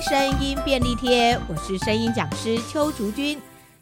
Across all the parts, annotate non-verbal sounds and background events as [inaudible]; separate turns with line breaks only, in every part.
声音便利贴，我是声音讲师邱竹君。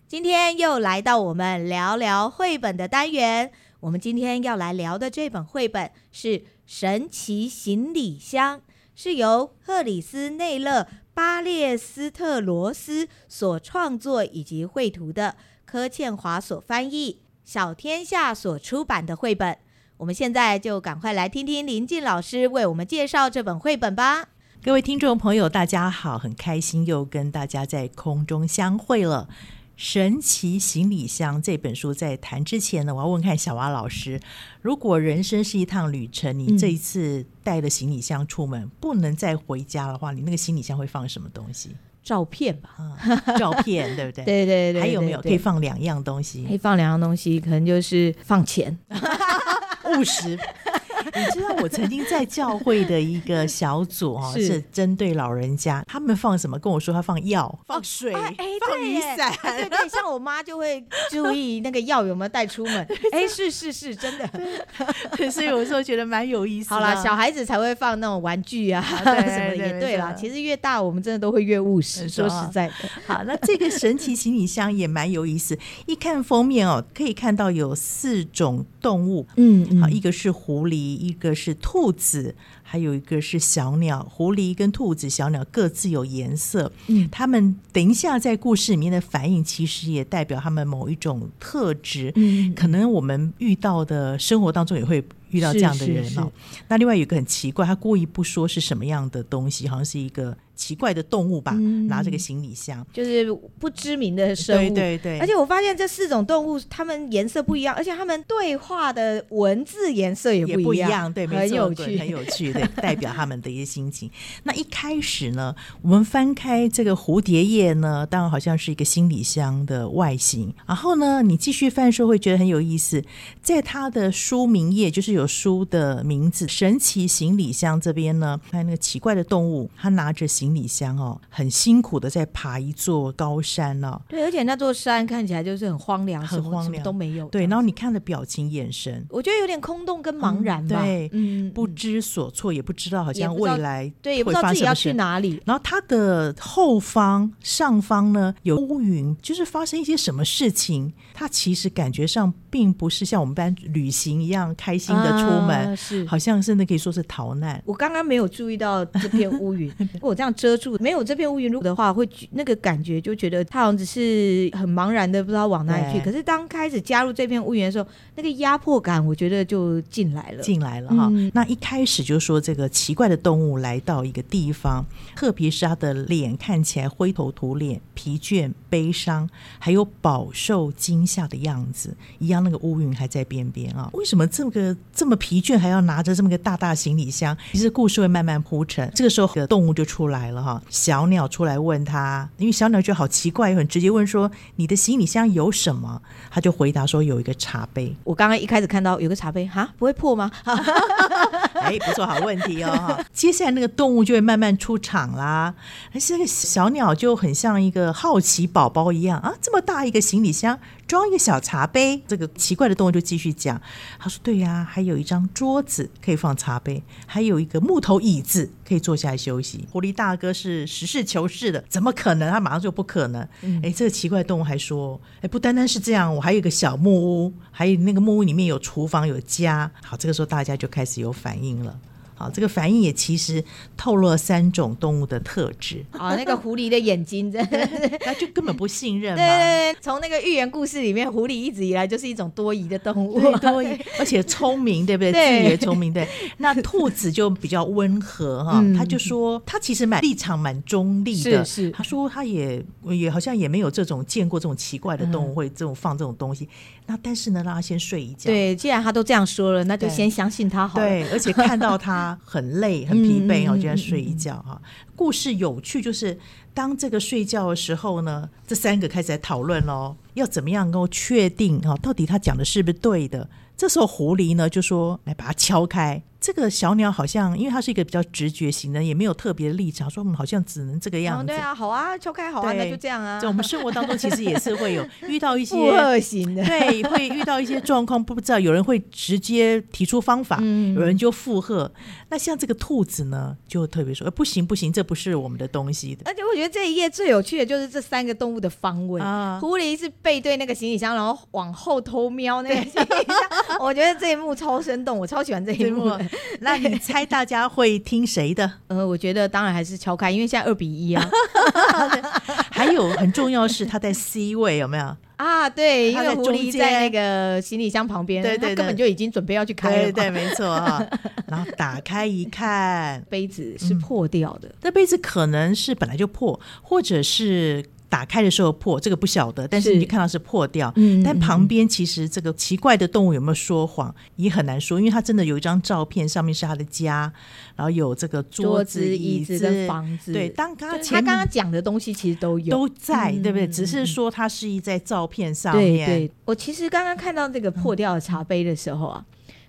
今天又来到我们聊聊绘本的单元。我们今天要来聊的这本绘本是《神奇行李箱》，是由克里斯内勒巴列斯特罗斯所创作以及绘图的，柯倩华所翻译，小天下所出版的绘本。我们现在就赶快来听听林静老师为我们介绍这本绘本吧。
各位听众朋友，大家好，很开心又跟大家在空中相会了。《神奇行李箱》这本书在谈之前呢，我要问看小蛙老师，如果人生是一趟旅程，你这一次带了行李箱出门，不能再回家的话，你那个行李箱会放什么东西？
照片吧，
啊、照片对不对？
对对对，
还有没有
对
可以放两样东西？
可以放两样东西，可能就是放
[laughs]
钱。
务实。 [laughs] 你知道我曾经在教会的一个小组哦，
是
是针对老人家，他们放什么？跟我说他放药、放水、
哎哎
放
对
雨
耶
伞。 [laughs]
对对，像我妈就会注意那个药有没有带出门。
[laughs]
哎，是是是，真的。
所以有时候觉得蛮有意思的。
好啦，小孩子才会放那种玩具啊， [laughs]
对
什么的
对
也
没
对啦。
错
其实越大，我们真的都会越务实。
没
说
错啊
实在的，
好，那这个神奇行李箱也蛮有意思。一看封面哦，可以看到有四种动物。
嗯嗯
好，一个是狐狸，一个是兔子，还有一个是小鸟。狐狸跟兔子、小鸟各自有颜色，
嗯
他们等一下在故事里面的反应，其实也代表他们某一种特质。
嗯
可能我们遇到的生活当中也会遇到这样的
是
人
是
哦。那另外有一个很奇怪，他故意不说是什么样的东西，好像是一个奇怪的动物吧，
嗯
拿这个行李箱。
就是不知名的生
对
物。
对对，
而且我发现这四种动物，它们颜色不一样，而且它们对话的文字颜色也
也
不
不
一
一样，对，没
很
错，
有
对
趣，
很有趣，对，代表他们的一些心情。那一开始呢，我们翻开这个蝴蝶叶呢，当然好像是一个行李箱的外形。然后呢，你继续翻的时候会觉得很有意思，在它的书名页，就是有书的名字《神奇行李箱》这边呢，还有那个奇怪的动物，它拿着行李箱哦，很辛苦的在爬一座高山哦。
对，而且那座山看起来就是很荒凉，
很
什么
荒
什么
凉
都没有。
对，然后你看的表情、眼神，
我觉得有点空洞跟茫然吧。
对
嗯，
不
嗯
知所措，也不知道好
也
像
不知道
未来
对，也不知
会
道
发
自己
生
要
什么事
去哪里。
然后它的后方、上方呢有乌云，就是发生一些什么事情，它其实感觉上并不是像我们班旅行一样开心的出门，
啊是。
好像甚至可以说是逃难。
我刚刚没有注意到这片乌
[laughs]
云，如果我这样遮住，没有这片乌云的话，会觉那个感觉就觉得它好像只是很茫然的，不知道往哪里去。
对
可是当开始加入这片乌云的时候，那个压迫感，我觉得就进来了。
进来了哈、
嗯
那一开始就说这个奇怪的动物来到一个地方，特别是它的脸看起来灰头土脸、疲倦、悲伤，还有饱受惊吓的样子，一样那个乌云还在边边
嗯
啊。为什么这么个这么疲倦，还要拿着这么个大大行李箱？其实故事会慢慢铺陈。这个时候，个动物就出来了哈，小鸟出来问他，因为小鸟觉得好奇怪，很直接问说：“你的行李箱有什么？”他就回答说：“有一个茶杯。”
我刚刚一开始看到有个茶杯，哈，不会破吗？ [laughs]
[laughs] 哎，不错，好问题哦。哈接下来那个动物就会慢慢出场啦。而且那个小鸟就很像一个好奇宝宝一样啊，这么大一个行李箱装一个小茶杯。这个奇怪的动物就继续讲，他说：“对呀、还有一张桌子可以放茶杯，还有一个木头椅子可以坐下来休息。”狐狸大哥是实事求是的，怎么可能？他马上就不可能。哎，这个奇怪的动物还说，哎，不单单是这样，我还有一个小木屋，还有那个木屋里面有厨房有家。好，这个时候大家就开始有反应了。好，这个反应也其实透露了三种动物的特质， [laughs]
啊，那个狐狸的眼睛 [laughs] 真的。
那就根本不信任嘛。
对，从那个寓言故事里面，狐狸一直以来就是一种多疑的动 [laughs] 物。
对， [laughs] 多疑，而且聪明，对不对？
对
自以为
[laughs]
聪明，对。那兔子就比较温和哈
嗯，
他就说他其实蛮立场蛮中立的，
是是
他说他也也好像也没有这种见过这种奇怪的动物会这种放这种东西，那但是呢，让他先睡一觉。
嗯对，既然他都这样说了，那就
对
先相信他好了。
对，而且看到他很
[laughs]
累、很疲
嗯
惫，
嗯
哦，
嗯
就在睡一觉哈。故事有趣，就是当这个睡觉的时候呢，这三个开始在讨论喽，要怎么样能够确定哦，到底他讲的是不是对的？这时候狐狸呢就说：“来把它敲开。”这个小鸟好像，因为它是一个比较直觉型的，也没有特别的立场，说我们好像只能这个样
哦
子。
对啊，好啊，敲开好啊，
对
那就这样啊
在。我们生活当中，其实也是
[laughs]
会有遇到一些
附和型的，
对，会遇到一些状况，不知道有人会直接提出方法，
嗯
有人就附和。那像这个兔子呢，就特别说：“呃，不行不行，这不是我们的东西的
[laughs] 而且我觉得这一页最有趣的就是这三个动物的方位。
啊。
狐狸是背对那个行李箱，然后往后偷瞄 [laughs] 那个行李箱。我觉得这一幕超生动，我超喜欢这一
对”
幕的。
[laughs] 那你猜大家会听谁的？
[laughs] 呃，我觉得当然还是敲开，因为现在二比一 [laughs] 啊
还有很重要是它在 C 位，有没有？
啊，对，因
它
为
在
狐
中
狸
间
在那个行李箱旁边，
对对
它根本就
对
已经准备要去开了
对
嘛。
对， [laughs] 没错哈、然后打开一看，
杯子是破掉的，
这杯子可能是本来就破，或者是打开的时候破，这个不晓得，但是你
是
就看到是破掉。
嗯
但旁边其实这个奇怪的动物有没有说谎也很难说，因为它真的有一张照片，上面是它的家，然后有这个
桌
子、
椅
椅子
跟房子，
对，当刚
就
刚
是
前
他
面
刚刚讲的东西其实都有。
都在，
嗯
对不对？
嗯
只是说它是一在照片上
对
面。
对，我其实刚刚看到这个破掉的茶杯的时候啊，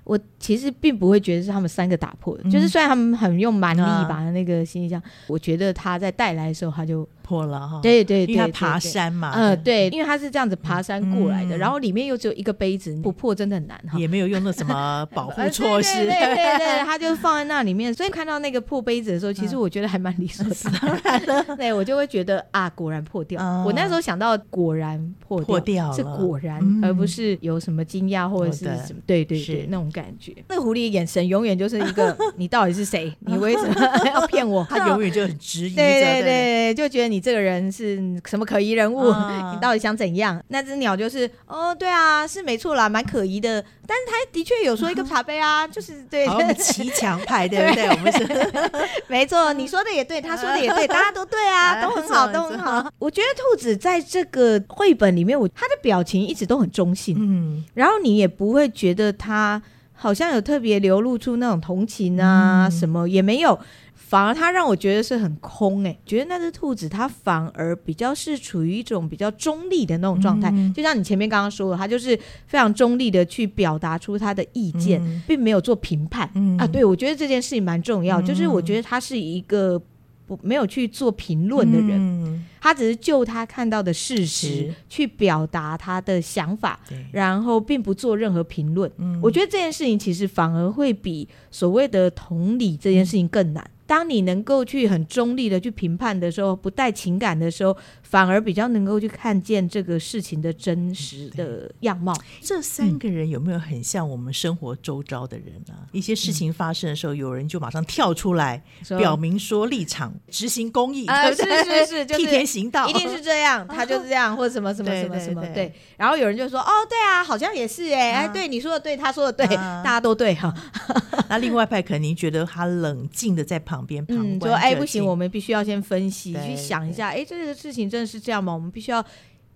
我其实并不会觉得是他们三个打破
嗯
的，就是虽然他们很用蛮力
啊
把那个行李
嗯
箱，我觉得他在带来的时候他就
破了哈，
对对对，
哦因为它
对
爬。
对
山嘛，
呃，对，因为他是这样子爬山过来的，
嗯
然后里面又只有一个杯子，不破真的很难哈。
也没有用那
[laughs]
什么保护
呃
措施，
对对对对 [laughs]
[laughs]
对，他就放在那里面，所以看到那个破杯子的时候，其实
嗯
我觉得还蛮理所 [laughs] 当然的。对，我就会觉得啊，果然破掉。
嗯
我那时候想到果然破
破掉了
是果然，
嗯
而不是有什么惊讶或者是
哦对
什么，对对对
是，
那种感觉。那个狐狸眼神永远就是一 [laughs] 个，你到底是谁？你为什么 [laughs] 要骗我？
他永远就很质疑着，
对对
对
对，就觉得你这个人是什么可疑人物，
啊
你到底想怎样？那只鸟就是，哦，对啊，是没错啦，蛮可疑的，但是它的确有说一个茶杯
[laughs]
啊，就是对，
好，我们骑墙派，对不对？我们是
[laughs] 没错，你说的也对，他说的也对，大家都对啊，
[laughs] 哎
都很好，
没
都
错
很好。我觉得兔子在这个绘本里面，我它的表情一直都很中性，
嗯，
然后你也不会觉得它好像有特别流露出那种同情啊、
嗯
什么，也没有。反而它让我觉得是很空哎、觉得那只兔子它反而比较是处于一种比较中立的那种状态，
嗯
就像你前面刚刚说的，它就是非常中立的去表达出它的意见，
嗯
并没有做评判。
嗯
啊，对，我觉得这件事情蛮重要，就是我
嗯
觉得他是一个不没有去做评论的人，
人，
他只是就他看到的事实
嗯是
去表达他的想法，
对，
然后并不做任何评论。
嗯
我觉得这件事情其实反而会比所谓的同理这件事情更难。当你能够去很中立的去评判的时候，不带情感的时候，反而比较能够去看见这个事情的真实的样貌。
这三
嗯
个人有没有很像我们生活周遭的人啊？一些
嗯
事情发生的时候，有人就马上跳出来，
So-
表明说立场，执行公益，
啊
对不对
是是是就是
替天行道，
一定是这样，他就是这样，或者什么什么
对
什么什么，
对对
哦对。然后有人就说：“哦，对啊，好像也是哎，哎，
啊
对，你说的对，他说的对，
啊
大家都对哈。
[laughs] 那另外一派肯定觉得他冷静的在旁边”旁
嗯，
观，
说：“哎，不行，我。们必须要先分析，
对
去想一下，哎，这个事情真的是这样吗？我们必须要。”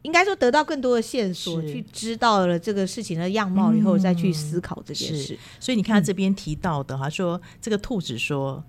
应该说得到更多的线索，
是
去知道了这个事情的样貌以后，
嗯
再去思考这件
是
事。，
所以你
嗯
看他这边提到的，他说这个兔子说，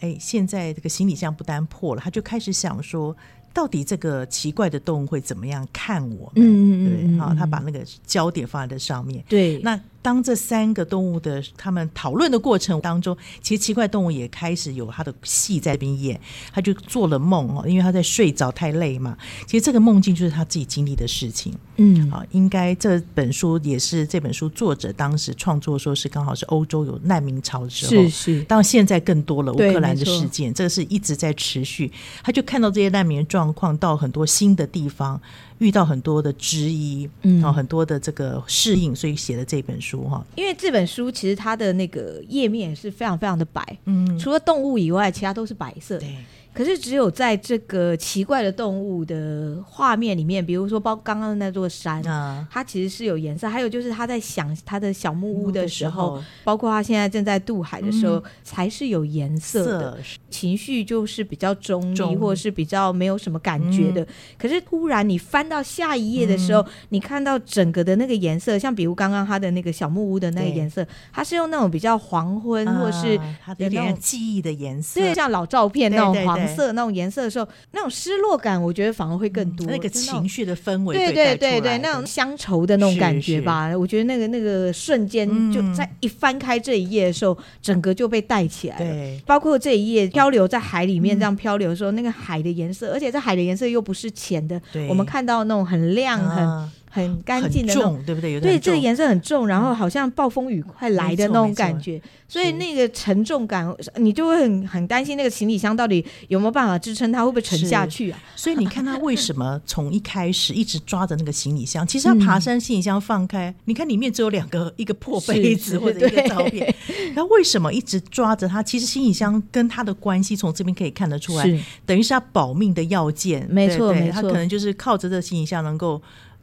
哎，现在这个行李箱不单破了，他就开始想说，到底这个奇怪的动物会怎么样看我们？
嗯嗯嗯
对不
嗯
对，好，他
嗯
把那个焦点放在这上面。
对，
那当这三个动物的他们讨论的过程当中，其实奇怪动物也开始有他的戏在那边演，他就做了梦哦，因为他在睡着太累嘛。其实这个梦境就是他自己经历的事情。
嗯，
好，应该这本书也是这本书作者当时创作，说是刚好是欧洲有难民潮的时候，
是是，
到现在更多了，乌
对
克兰
没
的
错
事件，这个是一直在持续。他就看到这些难民的状况，到很多新的地方，遇到很多的质疑，
嗯
然后很多的这个适应，所以写了这本书哈。
因为这本书其实它的那个页面也是非常非常的白，
嗯，
除了动物以外，其他都是白色的。
对，
可是只有在这个奇怪的动物的画面里面，比如说包括刚刚的那座山。
那
它其实是有颜色，还有就是他在想他的小木屋的时候，
木屋的时嗯
包括他现在正在渡海的时候，才是有颜色的。
色是
情绪就是比较中立，
中立嗯
或者是比较没有什么感觉的。可是突然你翻到下一页的时候，你看到整个的那个颜色，像比如刚刚他的那个小木屋的那个
对
颜色，它是用那种比较黄昏、或是
啊它
有
有点
那
像
种
记忆的颜色，
对，像老照片那
对
种
对
黄色那种颜色的时候，那种失落感，我觉得反而会更多。
嗯那个
就种
情绪的氛围
对
被
对
带
对
出来
对，那
的
种乡愁的那种感
是
觉
是
吧，我觉得那个那个瞬间，就
嗯
在一翻开这一页的时候，整个就被带起来了。
对嗯
包括这一页漂流在海里面这样漂流的时候，那个海的颜色，而且这海的颜色又不是浅的，
对，
我们看到那种很亮、很
啊
很干
很
净的那种，
重，对不对？有的
对，
很
这个
重嗯
颜色很重，然后好像暴风雨快来的
没错
那种
没错
感觉，所以
是
那个沉重感，你就会很很担心那个行李箱到底有没有办法支撑它，会不会沉下
是
去啊？
所以你看他为什么从一开始一直抓着那个行李箱？其实他爬山行李箱放开，你看里面只有两个，一个破杯
嗯是
子
是
或者一个
对
照片。他为什么一直抓着它？其实行李箱跟他的关系从这边可以看得出来，
[laughs] 是
等于是他保命的要件。
没
对
错
对
没
他
错
可能就是靠着这个行李箱能够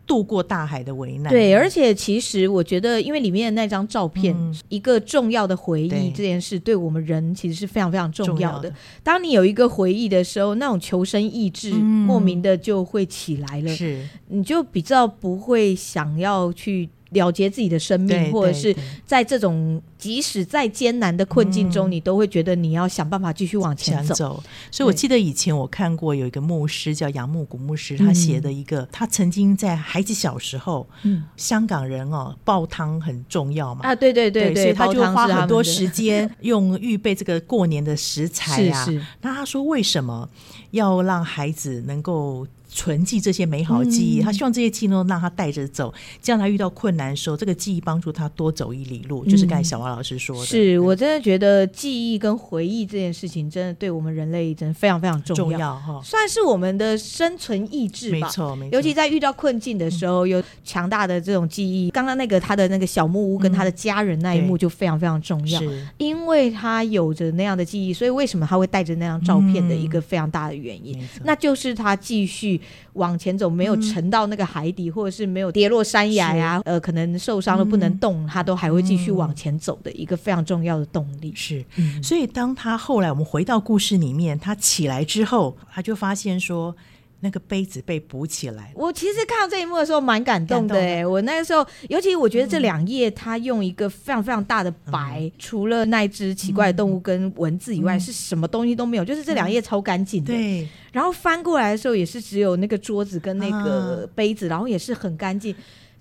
度过大海的危难。
对，而且其实我觉得，因为里面的那张照片，
嗯
一个重要的回忆
对
这件事，对我们人其实是非常非常重
重
要
要
的。
的
当你有一个回忆的时候，那种求生意志、
嗯
莫名的就会起来了，
是
你就比较不会想要去了结自己的生
对
命，或者
对
是
对
在这种即使再艰难的困境中，你都会觉得你要想办法继续往前
想
走。
走。所以我
对
记得以前我看过有一个牧师叫杨牧古牧师，他写的一个，他曾经在孩子小时候，
嗯
香港人哦，煲汤很重要嘛。
啊，对对对
所以他就
煲汤是
花
们
很多
的
时间用预备这个过年的食材
是 [laughs]
啊。
是
那他说，为什么要让孩子能够存记这些美好记忆？
嗯
他希望这些记忆能让他带着走，这样他遇到困难的时候，这个记忆帮助他多走一里路。就是刚才小华老师说的，
嗯
嗯
是我真的觉得记忆跟回忆这件事情，真的对我们人类真的非常非常重
重要哈、
算是我们的生存意志
没
吧。
错，嗯没错，
尤其在遇到困境的时候，有强大的这种记忆。刚刚那个他的那个小木屋跟他的家人那一幕
嗯对
就非常非常重要，
是
因为他有着那样的记忆，所以为什么他会带着那张照片的
嗯
一个非常大的原因。
没错
那就是他继续往前走，没有沉到那个海底，或者是没有跌落山崖呀、呃，可能受伤了不能动，他都还会继续往前走的一个非常重要的动力。
是。
嗯，
所以，当他后来我们回到故事里面，他起来之后，他就发现说，那个杯子被补起来了。
我其实看到这一幕的时候蛮感动的
感动
哎、我那个时候，尤其我觉得这两页它用一个非常非常大的白，
嗯
除了那一只奇怪的动物跟文字以外，是什么东西都没有，就是这
嗯
两页超干净的。
对，
然后翻过来的时候也是只有那个桌子跟那
啊
个杯子，然后也是很干净。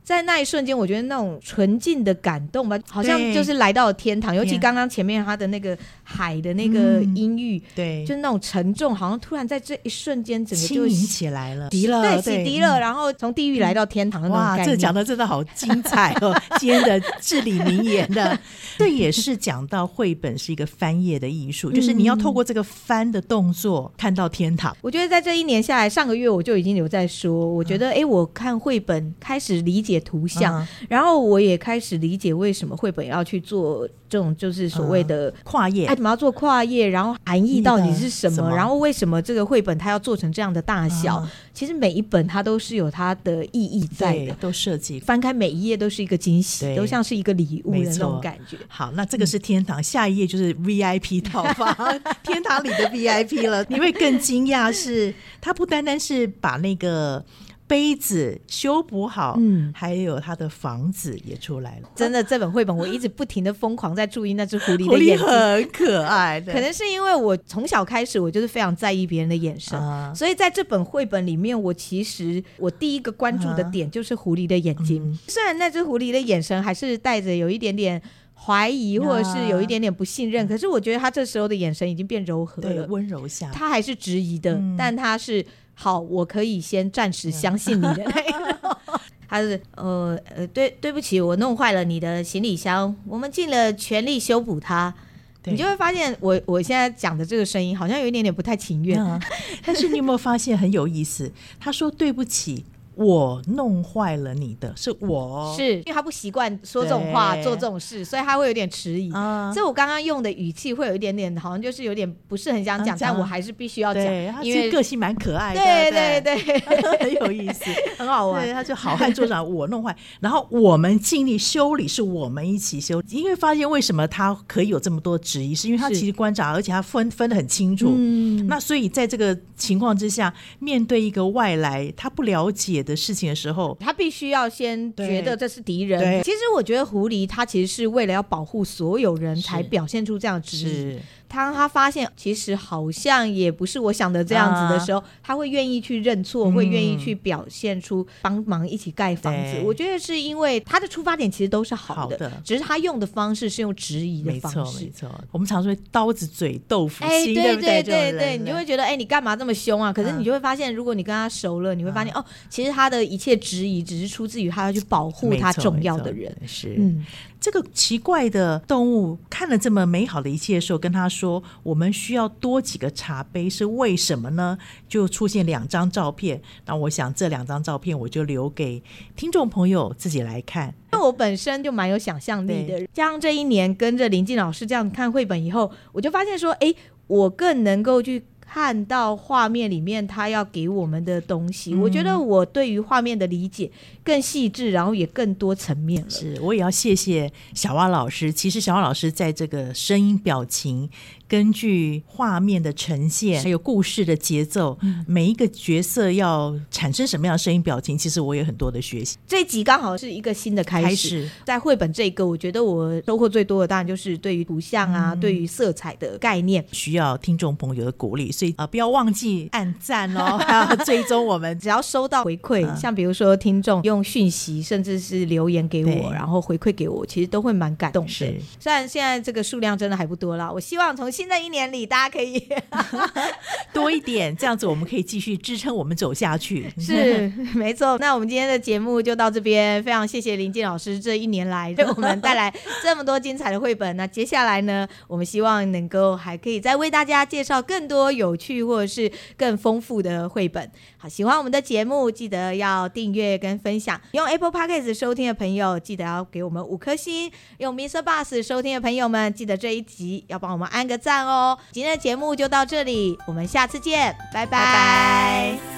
在那一瞬间，我觉得那种纯净的感动吧，好像
对
就是来到了天堂。尤其
Yeah
刚刚前面他的那个海的那个
嗯
音域，
对，
就是那种沉重，好像突然在这一瞬间，整个
轻
就
盈起来了，嗯
洗对，洗涤了，然后从地狱来到天堂的那
哇，
种
这
概
讲
念。
的真的好精彩 [laughs] 哦！今天的至理名言 [laughs] 呢，这也是讲到绘本是一个翻页的艺术，就是你要透过这个翻的动作看到天堂。
我觉得在这一年下来，上个月我就已经有在说，我觉得诶，我看绘本开始理解图像，
嗯
然后我也开始理解为什么绘本要去做这种就是所谓的。
跨页
哎，怎么要做跨页？然后含义到底是什
意义
么？
的什么
然后为什么这个绘本它要做成这样的大小？
嗯
其实每一本它都是有它的意义在
对
的。
都设计
翻开每一页都是一个惊喜，
对
都像是一个礼物的
没
那
错
种感觉。
好，那
嗯
这个是天堂，下一页就是 VIP 套
[laughs]
房，天堂里的 VIP 了。你会更惊讶是，它不单单是把那个杯子修补好，
嗯
还有他的房子也出来了。
真的，这本绘本我一直不停的疯狂在注意那只狐狸
狐
的
狸
眼睛，
很可爱的，
可能是因为我从小开始我就是非常在意别人的眼神，
啊
所以在这本绘本里面，我其实我第一个关注的点就是狐狸的眼睛。
嗯
虽然那只狐狸的眼神还是带着有一点点怀疑，
啊嗯
或者是有一点点不信任，可是我觉得他这时候的眼神已经变柔和
对
了，
温柔下，
呃他还是质疑的，
嗯
但他是好，我可以先暂时相信你的那一
嗯
种。 [laughs] 他是呃呃，对对不起，我弄坏了你的行李箱，我们尽了全力修补它。
对
你就会发现我，我现在讲的这个声音好像有一点点不太情愿。 [laughs]
嗯但是你有没有发现很有意思？他说对不起，我弄坏了你的，是我
是因为他不习惯说这种话、
对
做这种事，所以他会有点迟疑。
啊，
所以我刚刚用的语气会有一点点，好像就是有点不是很想讲，
嗯讲
但我还是必须要讲
对，他，
因
其
为
实个性蛮可爱的，
对对
对
对，
很有意思，
很好玩
对，。他就
[laughs]
好汉做长，我弄坏，然后我们尽力修理，是我们一起修。因为发现为什么他可以有这么多质疑，是因为他
是
其实观察，而且他分分得很清楚。
嗯，
那所以在这个情况之下，面对一个外来他不了解的事情的时候，
他必须要先觉得这是敌人。
对
其实我觉得狐狸它其实是为了要保护所有人
是
才表现出这样的执意。当他发现其实好像也不是我想的这样子的时候，他会愿意去认错，
啊嗯
会愿意去表现出帮忙一起盖房子
对。
我觉得是因为他的出发点其实都是好的，
好的
只是他用的方式是用质疑的
没
嗯方
错
式
没。错。我们常说刀子嘴豆腐
哎，
心，
对
不
对
这种人
对，你就会觉得，哎，你干嘛这么凶啊？可是
嗯
你就会发现，如果你跟他熟了，你会发现，哦，其实他的一切质疑只是出自于他要去保护
没
他
错
重
没
要
错
的人。
是。
嗯，
这个奇怪的动物看了这么美好的一切的时候，跟他说：“我们需要多几个茶杯，是为什么呢？”就出现两张照片。那我想这两张照片我就留给听众朋友自己来看。
那我本身就蛮有想象力的，加上这一年跟着林静老师这样看绘本以后，我就发现说，哎，我更能够去看到画面里面他要给我们的东西。我觉得我对于画面的理解更细致，然后也更多层面了。
是我也要谢谢小蛙老师。其实小蛙老师在这个声音、表情，根据画面的呈现，还有故事的节奏，
嗯
每一个角色要产生什么样的声音、表情，其实我有很多的学习。
这一集刚好是一个新的开始，在绘本这一个，我觉得我收获最多的当然就是对于图像啊，对于色彩的概念。
需要听众朋友的鼓励，所以啊、呃不要忘记按赞哦，还要追踪我们。
只要收到呃回馈，
嗯
像比如说听众用讯息，甚至是留言给我，
对
然后回馈给我，其实都会蛮感动的。
是
虽然现在这个数量真的还不多啦，我希望从新的一年里，大家可以
多一点，这样子我们可以继续支撑我们走下去。
是 [laughs] 没错。那我们今天的节目就到这边，非常谢谢林静老师这一年来为我们带来这么多精彩的绘本。 [laughs] 那接下来呢，我们希望能够还可以再为大家介绍更多有趣或者是更丰富的绘本。好，喜欢我们的节目，记得要订阅跟分享。用 Apple Podcast 收听的朋友，记得要给我们五颗星；用 Mr. Bus 收听的朋友们，记得这一集要帮我们按个赞哦。今天的节目就到这里，我们下次见，拜拜